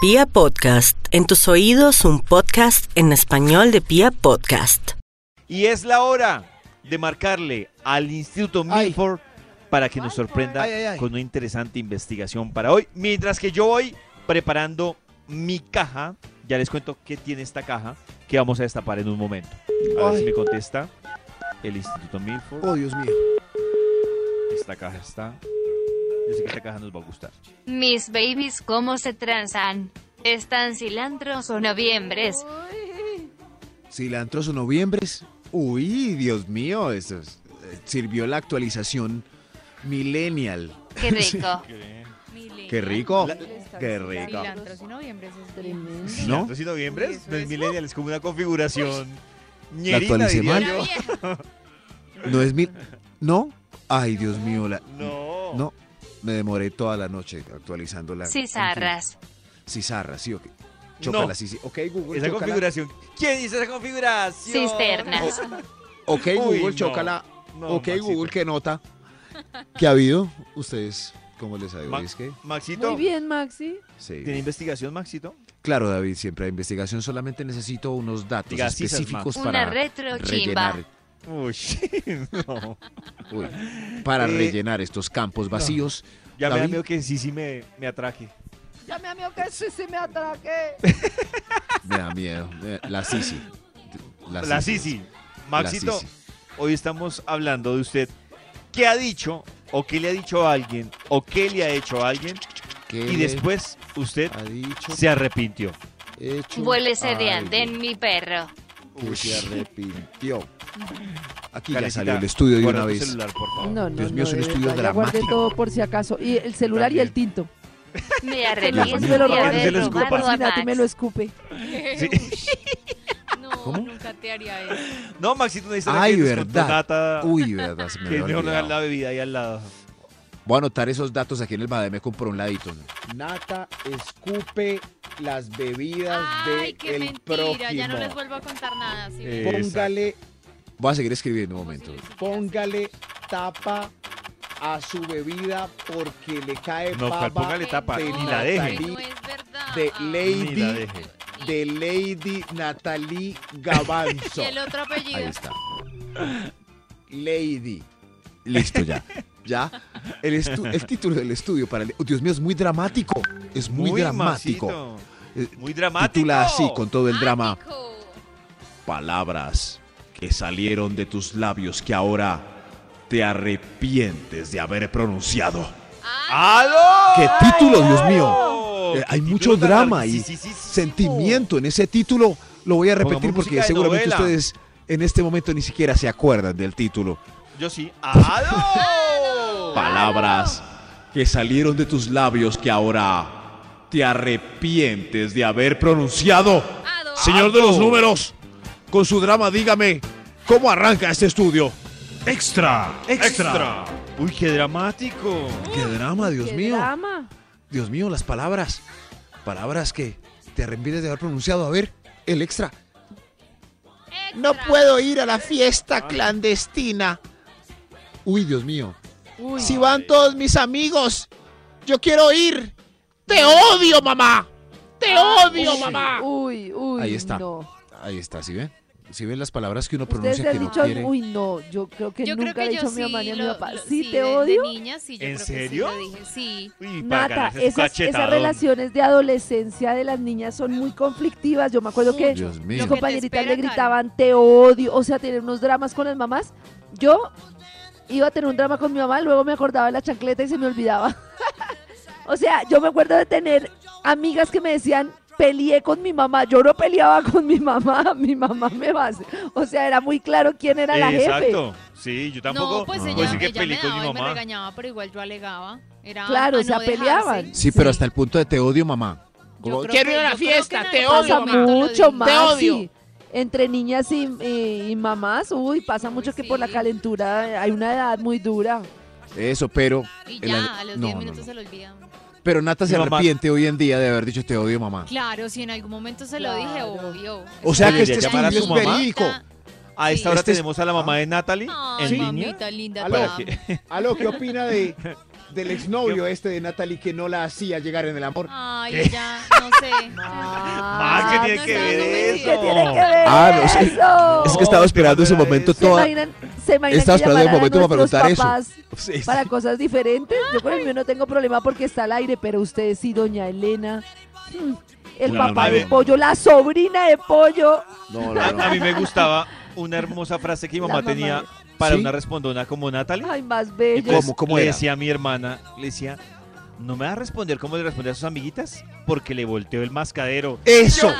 Pia Podcast, en tus oídos un podcast en español de Pia Podcast. Y es la hora de marcarle al Instituto Ay. Milford para que nos sorprenda Ay, ay, ay. con una interesante investigación para hoy. Mientras que yo voy preparando mi caja, ya les cuento qué tiene esta caja que vamos a destapar en un momento. A ver Ay. si me contesta el Instituto Milford. Oh, Dios mío. Esta caja está. Yo sé que esta caja nos va a gustar. Mis babies, ¿cómo se transan? ¿Están cilantros o noviembres? Cilantros o noviembres. Uy, Dios mío, eso es- eh, sirvió la actualización millennial. ¡Qué rico! Qué rico. La- Qué rico. Cilantros y noviembre, eso es tremendo. ¿No? y noviembre? eso No es es- millennial, es como una configuración. La ñerina, actualicé diría mal. yo. No es mi. ¿No? Ay, Dios mío, la. No. No. Me demoré toda la noche actualizando la. Cizarras. Cizarra, sí, ok. Chócala, No. sí, sí. Ok, Google, Esa chócala. configuración. ¿Quién hizo esa configuración? Cisternas. Ok, Uy, Google, no. chócala. No, ok, Maxito. Google, ¿qué nota? ¿Qué ha habido? ¿Ustedes cómo les ha ido? Ma- ¿Es que? Maxito. Muy bien, Maxi. Sí. ¿Tiene investigación, Maxito? Claro, David, siempre hay investigación. Solamente necesito unos datos Diga, sí, específicos Una para retrochimba. rellenar, Uy, no. uy, para Eh, rellenar estos campos vacíos. Ya me da David. miedo que sí, sí me, me atraque. Ya me amigo que sí, sí me atraqué. Me da miedo. Eh, La Sisi. La, Sisi. Sisi. La Maxito, Sisi. hoy estamos hablando de usted. ¿Qué ha dicho o qué le ha dicho a alguien o qué le ha hecho a alguien? ¿Qué Y le después usted ha dicho, se arrepintió. hecho Vuélese de algo andén, mi perro. que se arrepintió. Aquí ya Karencita, salió el estudio de guarda una tu vez. celular, por favor. No, no, Dios no, mío, es un de estudio verdad, ya guardé dramático. todo por si acaso. Y el celular y el tinto. Me La arrepiento Paz me lo de robaron. Se haber lo escupa. robado a Marcina, tú me lo Max. escupe. Sí. No, ¿Cómo? nunca te haría eso. No, Maxito, necesita Ay, que verdad. descontó nata, Uy, verdad, se me que había no olvidado. la bebida ahí al lado. Voy a anotar esos datos aquí en el Bademecum por un ladito. Nata escupe las bebidas Ay, qué mentira. Ya no les vuelvo a contar nada. ¿sí? Eh, Póngale, Voy a seguir escribiendo un momento. póngale tapa a su bebida porque le cae No, ¿cuál? papa Póngale tapa, de ni la deje. Natalie- No es verdad. Ah, de Ni la Lady, deje. de Lady Natalie Y Gavanzo. el otro apellido. Ahí está. Lady. Listo ya. Ya. El, estu- el título del estudio para el... oh, Dios mío, es muy dramático. Es muy, dramático. Maxito, Eh, Muy dramático. Titula así, con todo ah, el drama. Ático. Palabras que salieron de tus labios que ahora te arrepientes de haber pronunciado. Ah, ¡Aló! ¡Qué título, Dios ¡Aló! mío! Eh, hay ¡Qué mucho título tan drama largo! y Sí, sí, sí, sí. sentimiento en ese título. Lo voy a repetir Pongamos música porque de seguramente novela. ustedes en este momento ni siquiera se acuerdan del título. Yo sí. ¡Aló! Palabras que salieron de tus labios que ahora te arrepientes de haber pronunciado. Ado. Señor de los números, con su drama dígame, ¿cómo arranca este estudio? Extra, ¡Extra! ¡Uy, qué dramático! Qué drama, Dios ¡Qué mío. drama! Dios mío, las palabras. Palabras que te arrepientes de haber pronunciado. A ver, el extra. Extra. ir a la fiesta clandestina. Uy, Dios mío. Uy, van todos mis amigos, yo quiero ir. Te odio, mamá. Te Ah, odio, uy, uy. Ahí está. No. Ahí está, ¿sí ven? ¿Sí ven las palabras que uno Ustedes pronuncia han que no dicho, quiere? uy, no, yo creo que Yo creo nunca le que he dicho yo a mi sí. mamá ni a mi lo- papá. lo- Sí, te de- odio. De niña, sí, yo ¿En creo serio? que sí lo dije. Sí. Uy, para Nata, ganarse su esas, esas cachetadón. relaciones de adolescencia de las niñas son muy conflictivas. Yo me acuerdo que Dios mis mío. que- compañeritas te le esperan, gritaban te odio, o sea, tener unos dramas con las mamás. Yo iba a tener un drama con mi mamá, luego me acordaba de la chancleta y se me olvidaba. o sea, yo me acuerdo de tener amigas que me decían peleé con mi mamá, yo no peleaba con mi mamá, mi mamá me va a hacer- O sea, era muy claro quién era la jefe. Exacto. Sí, yo tampoco. No, pues Ah. ella, puedo decir que ella peleé me con daba mi y me mamá. regañaba, pero igual yo alegaba. Era Claro, a o sea, no dejarse. peleaban. Sí, pero Sí. hasta el punto de te odio, mamá. Yo Como, creo "Quiero que- ir a la yo creo que fiesta, en te algún odio, pasa mamá. momento lo mucho dije. más. odio. sí. Entre niñas y, y- y mamás, uy, pasa Uy, mucho que por la sí. calentura hay una edad muy dura. Eso, pero. Y el- ya, a los no, 10 no, minutos no. se lo olvidan. Pero Nata se Mi mamá- arrepiente hoy en día de haber dicho te odio, mamá. Claro, si en algún momento se lo dije, Claro. obvio. O sea que Oye, este ¿debería llamar estudio a es su mamá? verídico. A esta hora Este es- tenemos a la mamá de Natalie Ay, en línea. mamita linda. Aló. Para te que- Aló, ¿qué opina de, del exnovio este de Natalie que no la hacía llegar en el amor. Ay, ya, no sé. Ah, Más que tiene no que estaba ver convencida. eso. ¿Qué tiene que ver Ah, no, sí. eso? Es que estaba esperando ese No, momento es- ¿Se toda. imaginan, se imaginan Estaba esperando que el llamaran a momento para nuestros preguntar eso. papás Sí, sí. para cosas diferentes? Yo con el mío no tengo problema porque está al aire, pero usted sí, doña Elena. Mm, El Claro, papá de madre. pollo, la sobrina de pollo. No, A, no, no. a mí me gustaba una hermosa frase que mi La mamá mamá tenía de- para ¿Sí? una respondona como Natalie. Ay, más Y bello. pues, ¿Cómo? ¿Cómo le era? decía a mi hermana, le decía, no me va a responder como le respondía a sus amiguitas, porque le volteó el mascadero. Eso,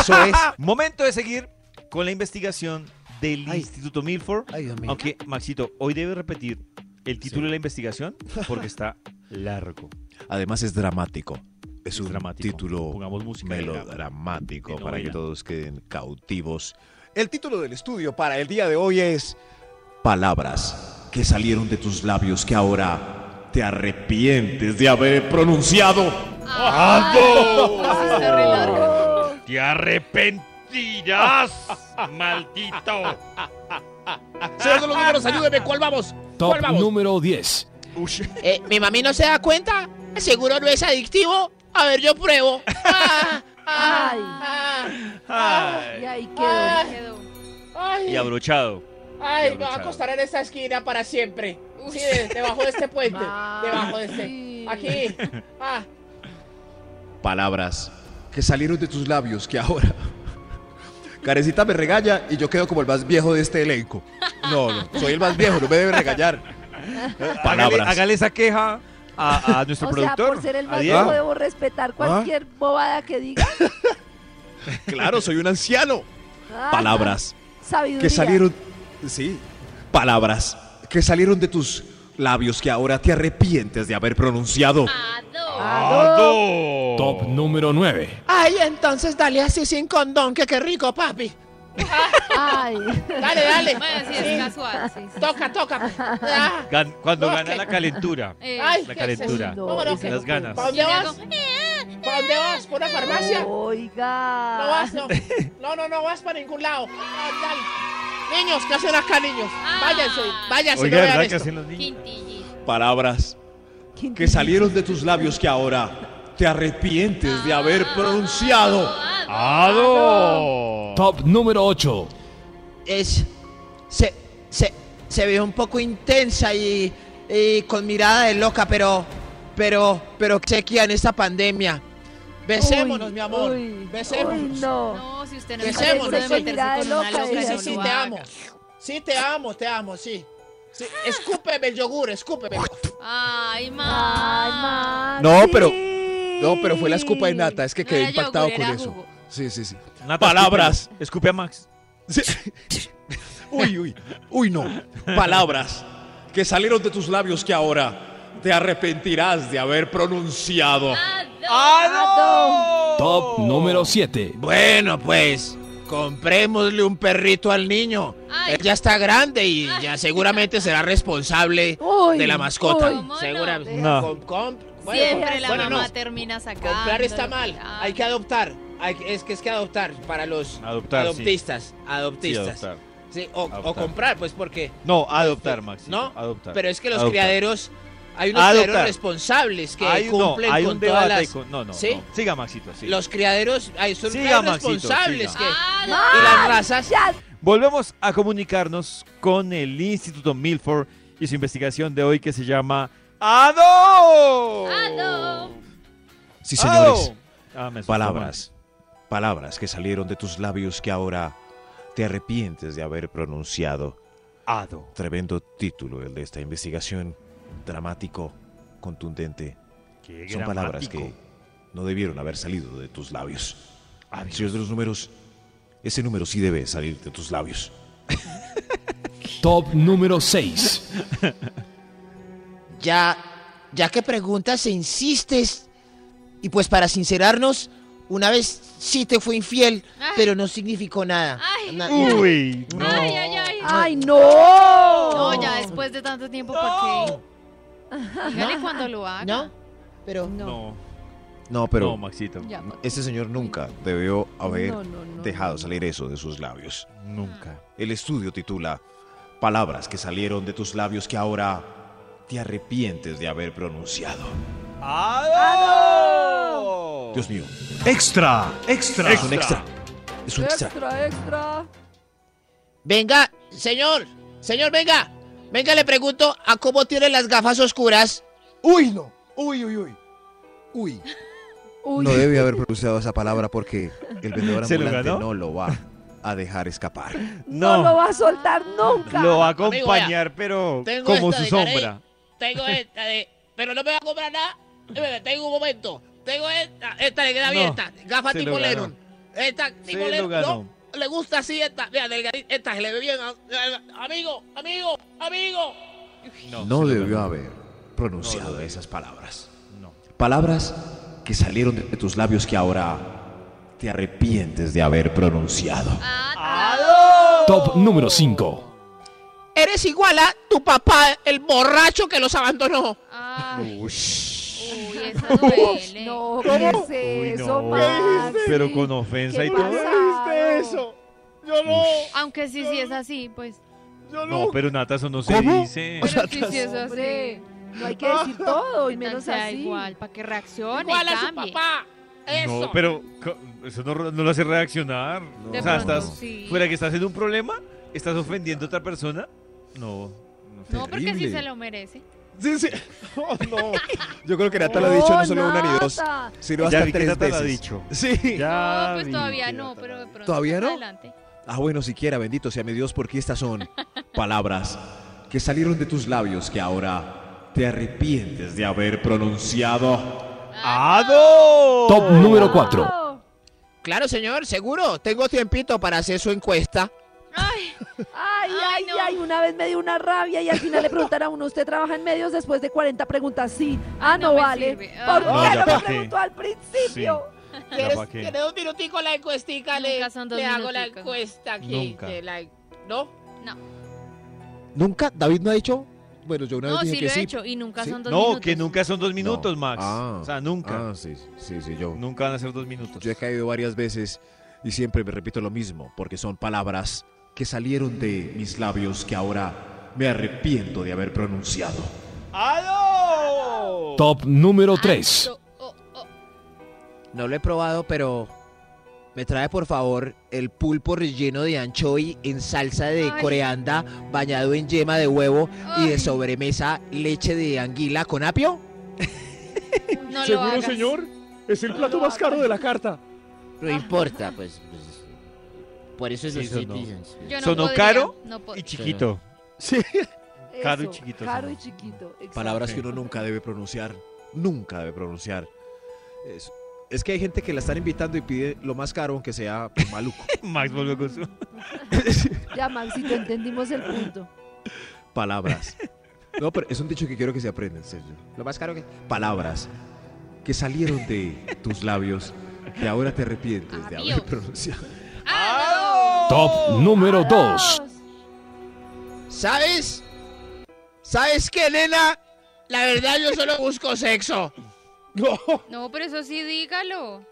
eso es. Momento de seguir con la investigación del Ay. Instituto Milford. Ay, Dios mío. Aunque, Maxito, hoy debe repetir el título de la investigación porque está largo. Además es dramático. Es, Es un dramático. título Pongamos música. de drama. melodramático de para que novela. todos queden cautivos. El título del estudio para el día de hoy es Palabras que salieron de tus labios que ahora te arrepientes de haber pronunciado. Ay, eso está re largo. ¡Te arrepentirás, maldito! Señor de los números, ayúdeme, ¿cuál vamos? Top vamos? número 10. Eh, ¿Mi mami no se da cuenta? ¿Seguro no es adictivo? A ver, yo pruebo. Ah, ah, Ay. ah, Y ahí quedó. Quedó. Y ay, abrochado. ay, me va a abrochado. acostar en esta esquina para siempre. Sí, de- debajo de este puente. Debajo de este. Sí. Aquí. Ah, Palabras que salieron de tus labios que ahora. Carecita me regalla y yo quedo como el más viejo de este elenco. No, no, soy el más viejo, no me deben regañar. Hágale, Palabras. hágale esa queja a, a nuestro O sea, productor. por ser el a más Diego. viejo debo Ah. respetar cualquier bobada que diga. Claro, soy un anciano. Ah, Palabras Sabiduría. que salieron. Sí. Palabras que salieron de tus labios que ahora te arrepientes de haber pronunciado. Top número 9. ay, entonces dale así sin condón, que qué rico, papi. Ay. Dale, dale. Bueno, sí, es casual. sí, sí. Toca, toca. Ah, Gan- cuando No, gana que- la calentura. Eh, ay, La qué es eso. calentura. No, Vámonos, ese que- Las ganas. ¿Para y me dónde hago, vas? ¿Para dónde vas? ¿Por una farmacia? Oiga. No vas, no. No, no, no vas para ningún lado. Ah, dale. Niños, ¿qué hacen acá, niños? Váyanse, Ah. váyanse, Oiga, no ¿verdad vean que esto. hacen los niños? Quintillito. Palabras ¿Quién que dice? salieron de tus labios que ahora te arrepientes de haber Ah. pronunciado. Top número 8. Es, se, se, se ve un poco intensa y, y con mirada de loca, pero, pero, pero chequia en esta pandemia. Besémonos, Uy, mi amor. uy, Besémonos. uy, no. No, si usted no está seguro Empecemos, de empecemos. meterse con una Loca, loca, Sí, Pero sí, no sí, lo te haga. amo. Sí, te amo, te amo, sí. sí. Escúpeme el yogur, escúpeme. Ay, Ay, ma. Maxi. No, pero- No, pero fue la escupa de nata, es que No quedé era yogur, impactado con era eso. jugo. Sí, sí, sí. Nata, Palabras. escúpelo. Escupe a Max. Sí. Uy, uy, uy, no. Palabras que salieron de tus labios que ahora te arrepentirás de haber pronunciado. Top número 7. Bueno, pues, comprémosle un perrito al niño. Ay. Él ya está grande y ya seguramente será responsable Uy, de la mascota. uy. ¿Cómo no? seguramente. No. Com- com- bueno, pues, Siempre la bueno, no. mamá termina sacando. Comprar está lo que- mal. Ah, Hay que adoptar. Hay que- es que es que adoptar para los Adoptar, sí. adoptistas. Adoptistas. Sí, adoptar. Sí, o, o Adoptar. comprar, pues porque. No, adoptar, Max. No, adoptar. Pero es que los Adoptar. criaderos. Hay unos Adoptar. criaderos responsables que hay, no, cumplen hay con un todas debate. las. con- no, no, ¿Sí? no. Siga, Maxito. sí. Los criaderos. Hay son Siga, criaderos Maxito, responsables siga. que. ah, no. Y las razas. Volvemos a comunicarnos con el Instituto Milford y su investigación de hoy que se llama ADO. Ado. Sí, señores. Ah, me asustó, Max. Palabras. Palabras que salieron de tus labios que ahora te arrepientes de haber pronunciado. ADO. Tremendo título el de esta investigación. Dramático, contundente. Qué Son palabras que gramático. no debieron haber salido de tus labios. Ah, bien. Señor de los números, ese número sí debe salir de tus labios. Top número 6. Ya, ya que preguntas e insistes, y pues para sincerarnos, una vez sí te fue infiel, Ay. pero no significó nada. Ay. Na- Uy, no. Ay, ay, ay. Ay, no. No, ya después de tanto tiempo, ¿por qué? Dígale cuando lo haga. ¿No? Pero No, No, no, Maxito. Ya, ¿para qué? Este señor nunca debió haber No, no, no, dejado no. salir eso de sus labios. Nunca. El estudio titula Palabras que salieron de tus labios que ahora te arrepientes de haber pronunciado. ¡Ah, ¡Ado! Dios mío, Extra, extra. es un extra. Es un extra. Extra, extra. Venga, señor, señor, venga. Venga, le pregunto a cómo tiene las gafas oscuras. Uy, no. Uy, uy, uy. Uy. Uy, No debe haber pronunciado esa palabra porque el vendedor ¿Se lo ambulante ganó? no lo va a dejar escapar. no. No, lo va a soltar nunca. lo va a Amigo, vea, acompañar, pero tengo como esta ¿eh? su de Carey. sombra. Tengo esta de. Pero no me va a comprar nada. Espera, Tengo un momento. Tengo esta. Esta le queda No, abierta. Gafas se tipo lo ganó. Lennon. Esta tipo lo Lennon. ganó. No, le gusta así esta. Vea, delgadita. Esta se le ve bien. Amigo, amigo, amigo. No, No se lo debió ganó. haber No lo pronunciado debió. esas palabras. No. Palabras que salieron de tus labios que ahora te arrepientes de haber pronunciado. Top número 5. Eres igual a tu papá, el borracho que los abandonó. Ay, Ush. uy, esa duele. No, ¿qué es Uy, eso, no. Max? Pero con ofensa ¿Qué y ¿Por todo. qué Pasado. dijiste eso? Yo no, Aunque sí, sí es así, pues. yo no. No, pero Nata, eso no se ¿Cómo? dice. Pero sí, sí es así. Hombre, no hay que decir todo y menos sea así. igual, para que reaccione, Igual a su cambie. papá. Eso. No, pero co- eso no, no lo hace reaccionar. No. De o sea, pronto, estás sí. fuera que estás en un problema, estás ofendiendo a otra persona. No. No, porque sí Terrible. se lo merece. Sí, sí. Oh, no. Yo creo que Nata lo ha No, dicho Oh, no solo una ni dos, nada. sino Ya hasta vi que tres Nata lo ha veces. dicho. Sí. no, pues vi todavía que no, Nata pero lo ha de dicho. pronto. ¿Todavía más no? Adelante. Ah, bueno, siquiera, bendito sea mi Dios, porque estas son palabras que salieron de tus labios que ahora te arrepientes de haber pronunciado. ¡Ah, ¡Ado! Top Oh, número 4. Claro, señor, seguro. Tengo tiempito para hacer su encuesta. Ay, Ay, ay, Ay, no. ay, una vez me dio una rabia y al final le preguntaron a uno, ¿usted trabaja en medios después de 40 preguntas? Sí. Ah, no, no me vale. sirve. Ah. ¿Por No, qué ya no pa' me qué. preguntó al principio? ¿Quieres, pa' qué. ¿Quieres un minutico la encuestica? Le, Nunca son dos le hago la minuticos. encuesta aquí. Nunca. de la- ¿No? ¿Nunca? ¿David no ha dicho? Bueno, yo una no, vez dije sí que lo sí. he hecho y nunca Sí. son dos No, minutos. que nunca son dos minutos, No. Max. Ah. o sea, nunca. Ah, sí, sí, sí, yo. Nunca van a ser dos minutos. Pues Yo he caído varias veces y siempre me repito lo mismo, porque son palabras que salieron de mis labios que ahora me arrepiento de haber pronunciado. ¡Ado! Top número Ay, 3. pero- Ah, oh, oh, No lo he probado, pero me trae por favor el pulpo relleno de anchoy en salsa de Ay. coreanda, bañado en yema de huevo y de Ay. sobremesa leche de anguila con apio. no lo hagas. Es el plato más caro de la carta. No importa, pues. pues, por eso es Sí, así, sonó. dicen, sí. Yo no ¿Sonó podría, caro? No po- Y chiquito. Caro y Eso, chiquito, Caro sí. y chiquito. exacto. Palabras Ok. que uno nunca debe pronunciar. Nunca debe pronunciar. Es, es que hay gente que la están invitando y pide lo más caro, aunque sea maluco. Max volvió con su. Ya, Maxito, entendimos el punto. Palabras. No, pero es un dicho que quiero que se aprendan, Sergio. Lo más caro que. Palabras que salieron de tus labios que ahora te arrepientes de haber Adiós. pronunciado. ¡Ah, Top número 2. ¿Sabes? ¿Sabes qué, nena? La verdad, yo solo busco sexo. No, no! No, pero eso sí dígalo.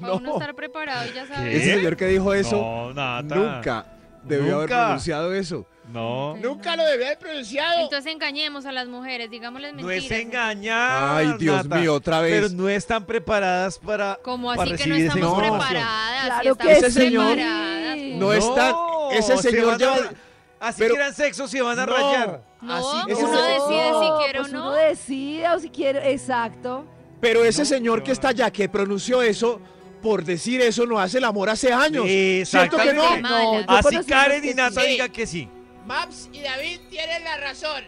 Para uno estar preparado y ya sabe. ¿Eh? Ese señor que dijo eso No, Nata. nunca debió haber Nunca. pronunciado eso. No. Ok. Nunca lo debía haber pronunciado. Entonces engañemos a las mujeres, digámosles No mentiras. es engañar. Ah, Ay, Dios Nata. mío, otra Pero vez. no están preparadas para. Como para así que no recibir esa estamos información. preparadas. Claro sí que estamos ese señor preparadas. sí. No está- ese se señor van a lleva- ra- Así pero- que eran sexo, se van a No. rayar. No, Así uno no. decide si quiere pues o no. Uno decide o si quiere, exacto. pero ese No, señor que no. está allá, que pronunció eso, por decir eso no hace el amor hace años. ¿Cierto que no? Qué Exactamente. malas. Ah, Así conocí Karen unos y este que Nata sí. digan que sí. Maps y David tienen la razón.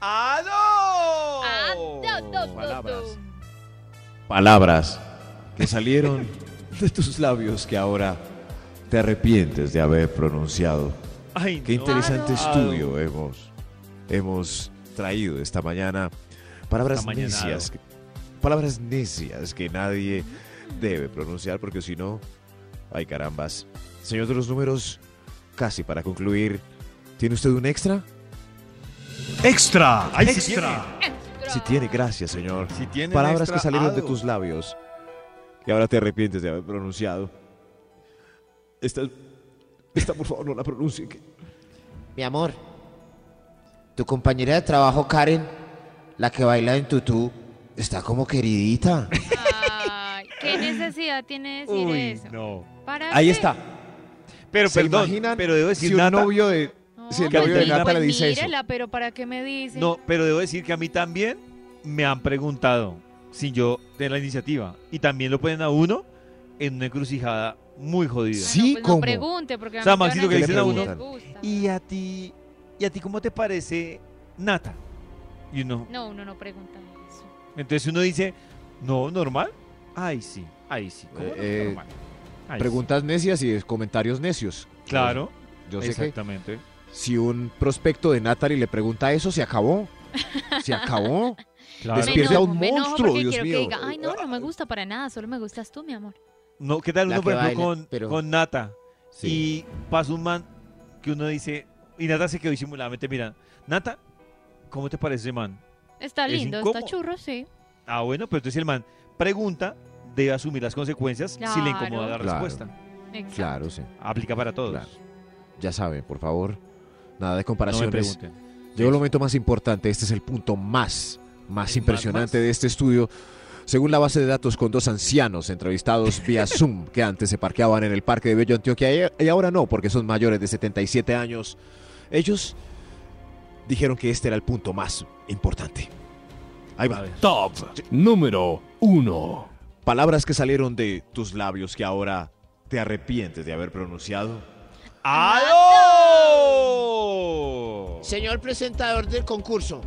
¡Ah, Ah, no! do, do, do, palabras. do. Palabras que salieron de tus labios que ahora te arrepientes de haber pronunciado. Ay, Qué no. interesante Ah, estudio hemos, hemos traído esta mañana. Palabras Esta mañanado. necias. que- Palabras necias que nadie debe pronunciar porque si no, ay carambas. Señor de los números, casi para concluir, ¿tiene usted un extra? Extra, Ay, sí tiene. Si tiene, gracias, señor. Sí tiene Palabras extra que salieron de ado. tus labios que ahora te arrepientes de haber pronunciado. Esta, esta por favor, no la pronuncie. que- Mi amor, Tu compañera de trabajo, Karen, la que baila en tutú, está como queridita. Ay, ¿Qué necesidad tiene de decir Uy, eso? No. ¿Para Ahí qué? está. Pero ¿Se perdón, imaginan pero debo decir si un Nata- novio de si el que a mí novio de también- Nata le dice eso. Mírala, pues, pero ¿para qué me dice? Ah, No, pero debo decir que a mí también me han preguntado si yo de la iniciativa y también lo ponen a uno en una encrucijada muy jodida. Sí, pues no ¿cómo? pregunte, porque o sea, a mí me Maxi, van lo a que decir dicen a que uno. les gusta. Y a ti, y a ti cómo te parece Nata? Y uno, No, uno no pregunta eso. entonces uno dice, "No, normal." Ay, sí. Ay, sí. ¿cómo no? Eh, Normal. Ay, preguntas necias y comentarios necios. Claro, Yo sé exactamente. que si un prospecto de Natari le pregunta eso, se acabó. Se acabó. Claro. Despierta Me a enojo, un me enojo monstruo, porque Dios quiero mío. Que diga, Ay, no, no me gusta para nada, solo me gustas tú, mi amor. No, ¿qué tal La uno, por que ejemplo, baila, con, pero- con Nata? Y pasa un man que uno dice, y Nata se quedó disimuladamente mirando. Nata, ¿cómo te parece ese man? Está Es lindo, está incómodo. churro, sí. Ah, bueno, pero entonces el man pregunta, debe asumir las consecuencias si le incomoda la Claro. respuesta. Exacto. Claro, sí. Aplica para todos. Ya saben, por favor, nada de comparaciones. pregunten. Llegó el momento más importante, este es el punto más, más El más, impresionante más. de este estudio. Según la base de datos con dos ancianos entrevistados vía Zoom que antes se parqueaban en el Parque de Bello Antioquia y- y ahora no, porque son mayores de 77 años, ellos dijeron que este era el punto más importante. Ahí va. Top número uno. Palabras que salieron de tus labios que ahora te arrepientes de haber pronunciado. ¡Aló! Señor presentador del concurso,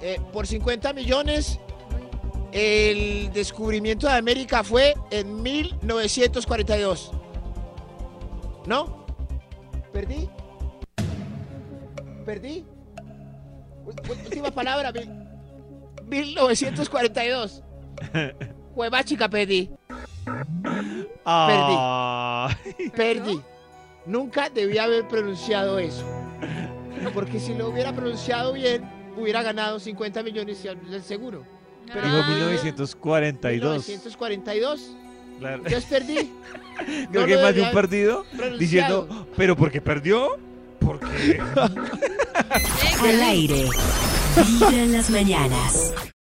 eh, por 50 millones, el descubrimiento de América fue en 1942. ¿No? ¿Perdí? ¿Perdí? Ú- Última palabra, mil- 1942. Hueva chica, perdí. Ah. Perdí. Nunca debía haber pronunciado eso. Porque si lo hubiera pronunciado bien, hubiera ganado 50 millones del seguro. Pero Ah, Dijo como 1942. 1942, Claro. yo perdí. Creo no que lo más de un debía partido pronunciado. diciendo, pero porque perdió, porque Al aire. Vibra en las mañanas.